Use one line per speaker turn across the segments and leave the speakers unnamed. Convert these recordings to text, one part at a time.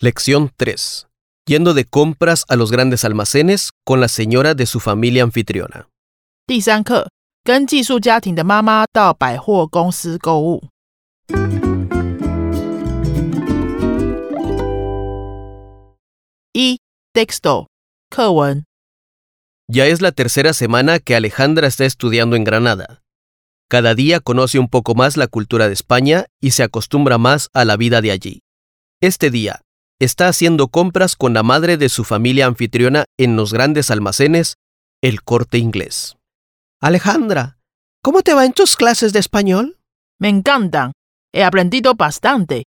Lección 3. Yendo de compras a los grandes almacenes con la señora de su familia anfitriona.
第三课，跟寄宿家庭的妈妈到百货公司购物。一 texto 课文，
Ya es la tercera semana que Alejandra está estudiando en Granada. Cada día conoce un poco más la cultura de España y se acostumbra más a la vida de allí. Este día, está haciendo compras con la madre de su familia anfitriona en los grandes almacenes, el corte inglés. Alejandra, ¿cómo te va en tus clases de español?
me encantan. He aprendido bastante.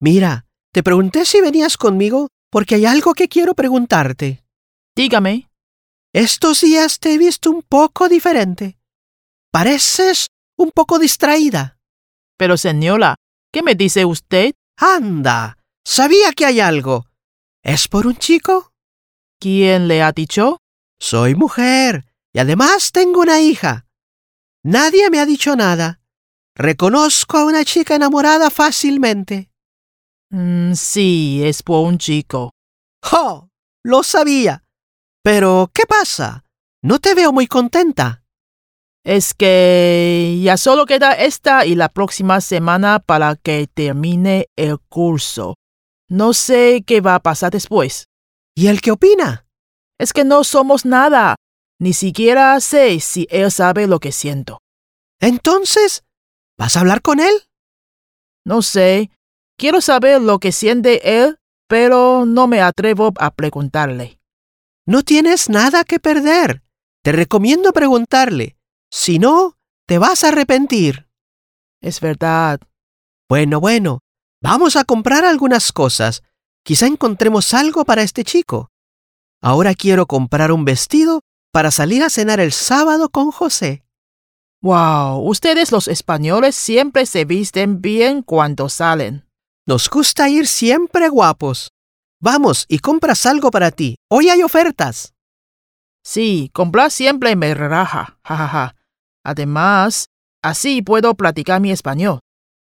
Mira, te pregunté si venías conmigo porque hay algo que quiero preguntarte.
Dígame,
Estos días te he visto un poco diferente. Pareces un poco distraída.
pero señora, ¿qué me dice usted?
Anda, sabía que hay algo. ¿Es por un chico?
¿Quién le ha dicho?
Soy mujer y además tengo una hija. Nadie me ha dicho nada. Reconozco a una chica enamorada fácilmente.
Mm, sí, es por un chico.
¡Oh! Lo sabía. Pero, ¿qué pasa? No te veo muy contenta.
Es que ya solo queda esta y la próxima semana para que termine el curso. No sé qué va a pasar después.
¿Y el qué opina?
Es que no somos nada. Ni siquiera sé si él sabe lo que siento.
Entonces, ¿vas a hablar con él?
No sé. Quiero saber lo que siente él, pero no me atrevo a preguntarle.
No tienes nada que perder. Te recomiendo preguntarle. Si no, te vas a arrepentir.
Es verdad.
Bueno, bueno, vamos a comprar algunas cosas. Quizá encontremos algo para este chico. Ahora quiero comprar un vestido para salir a cenar el sábado con José.
Wow, ustedes los españoles siempre se visten bien cuando salen.
Nos gusta ir siempre guapos. Vamos y compras algo para ti. Hoy hay ofertas.
Sí, comprar siempre me relaja, jajaja. Además, así puedo platicar mi español.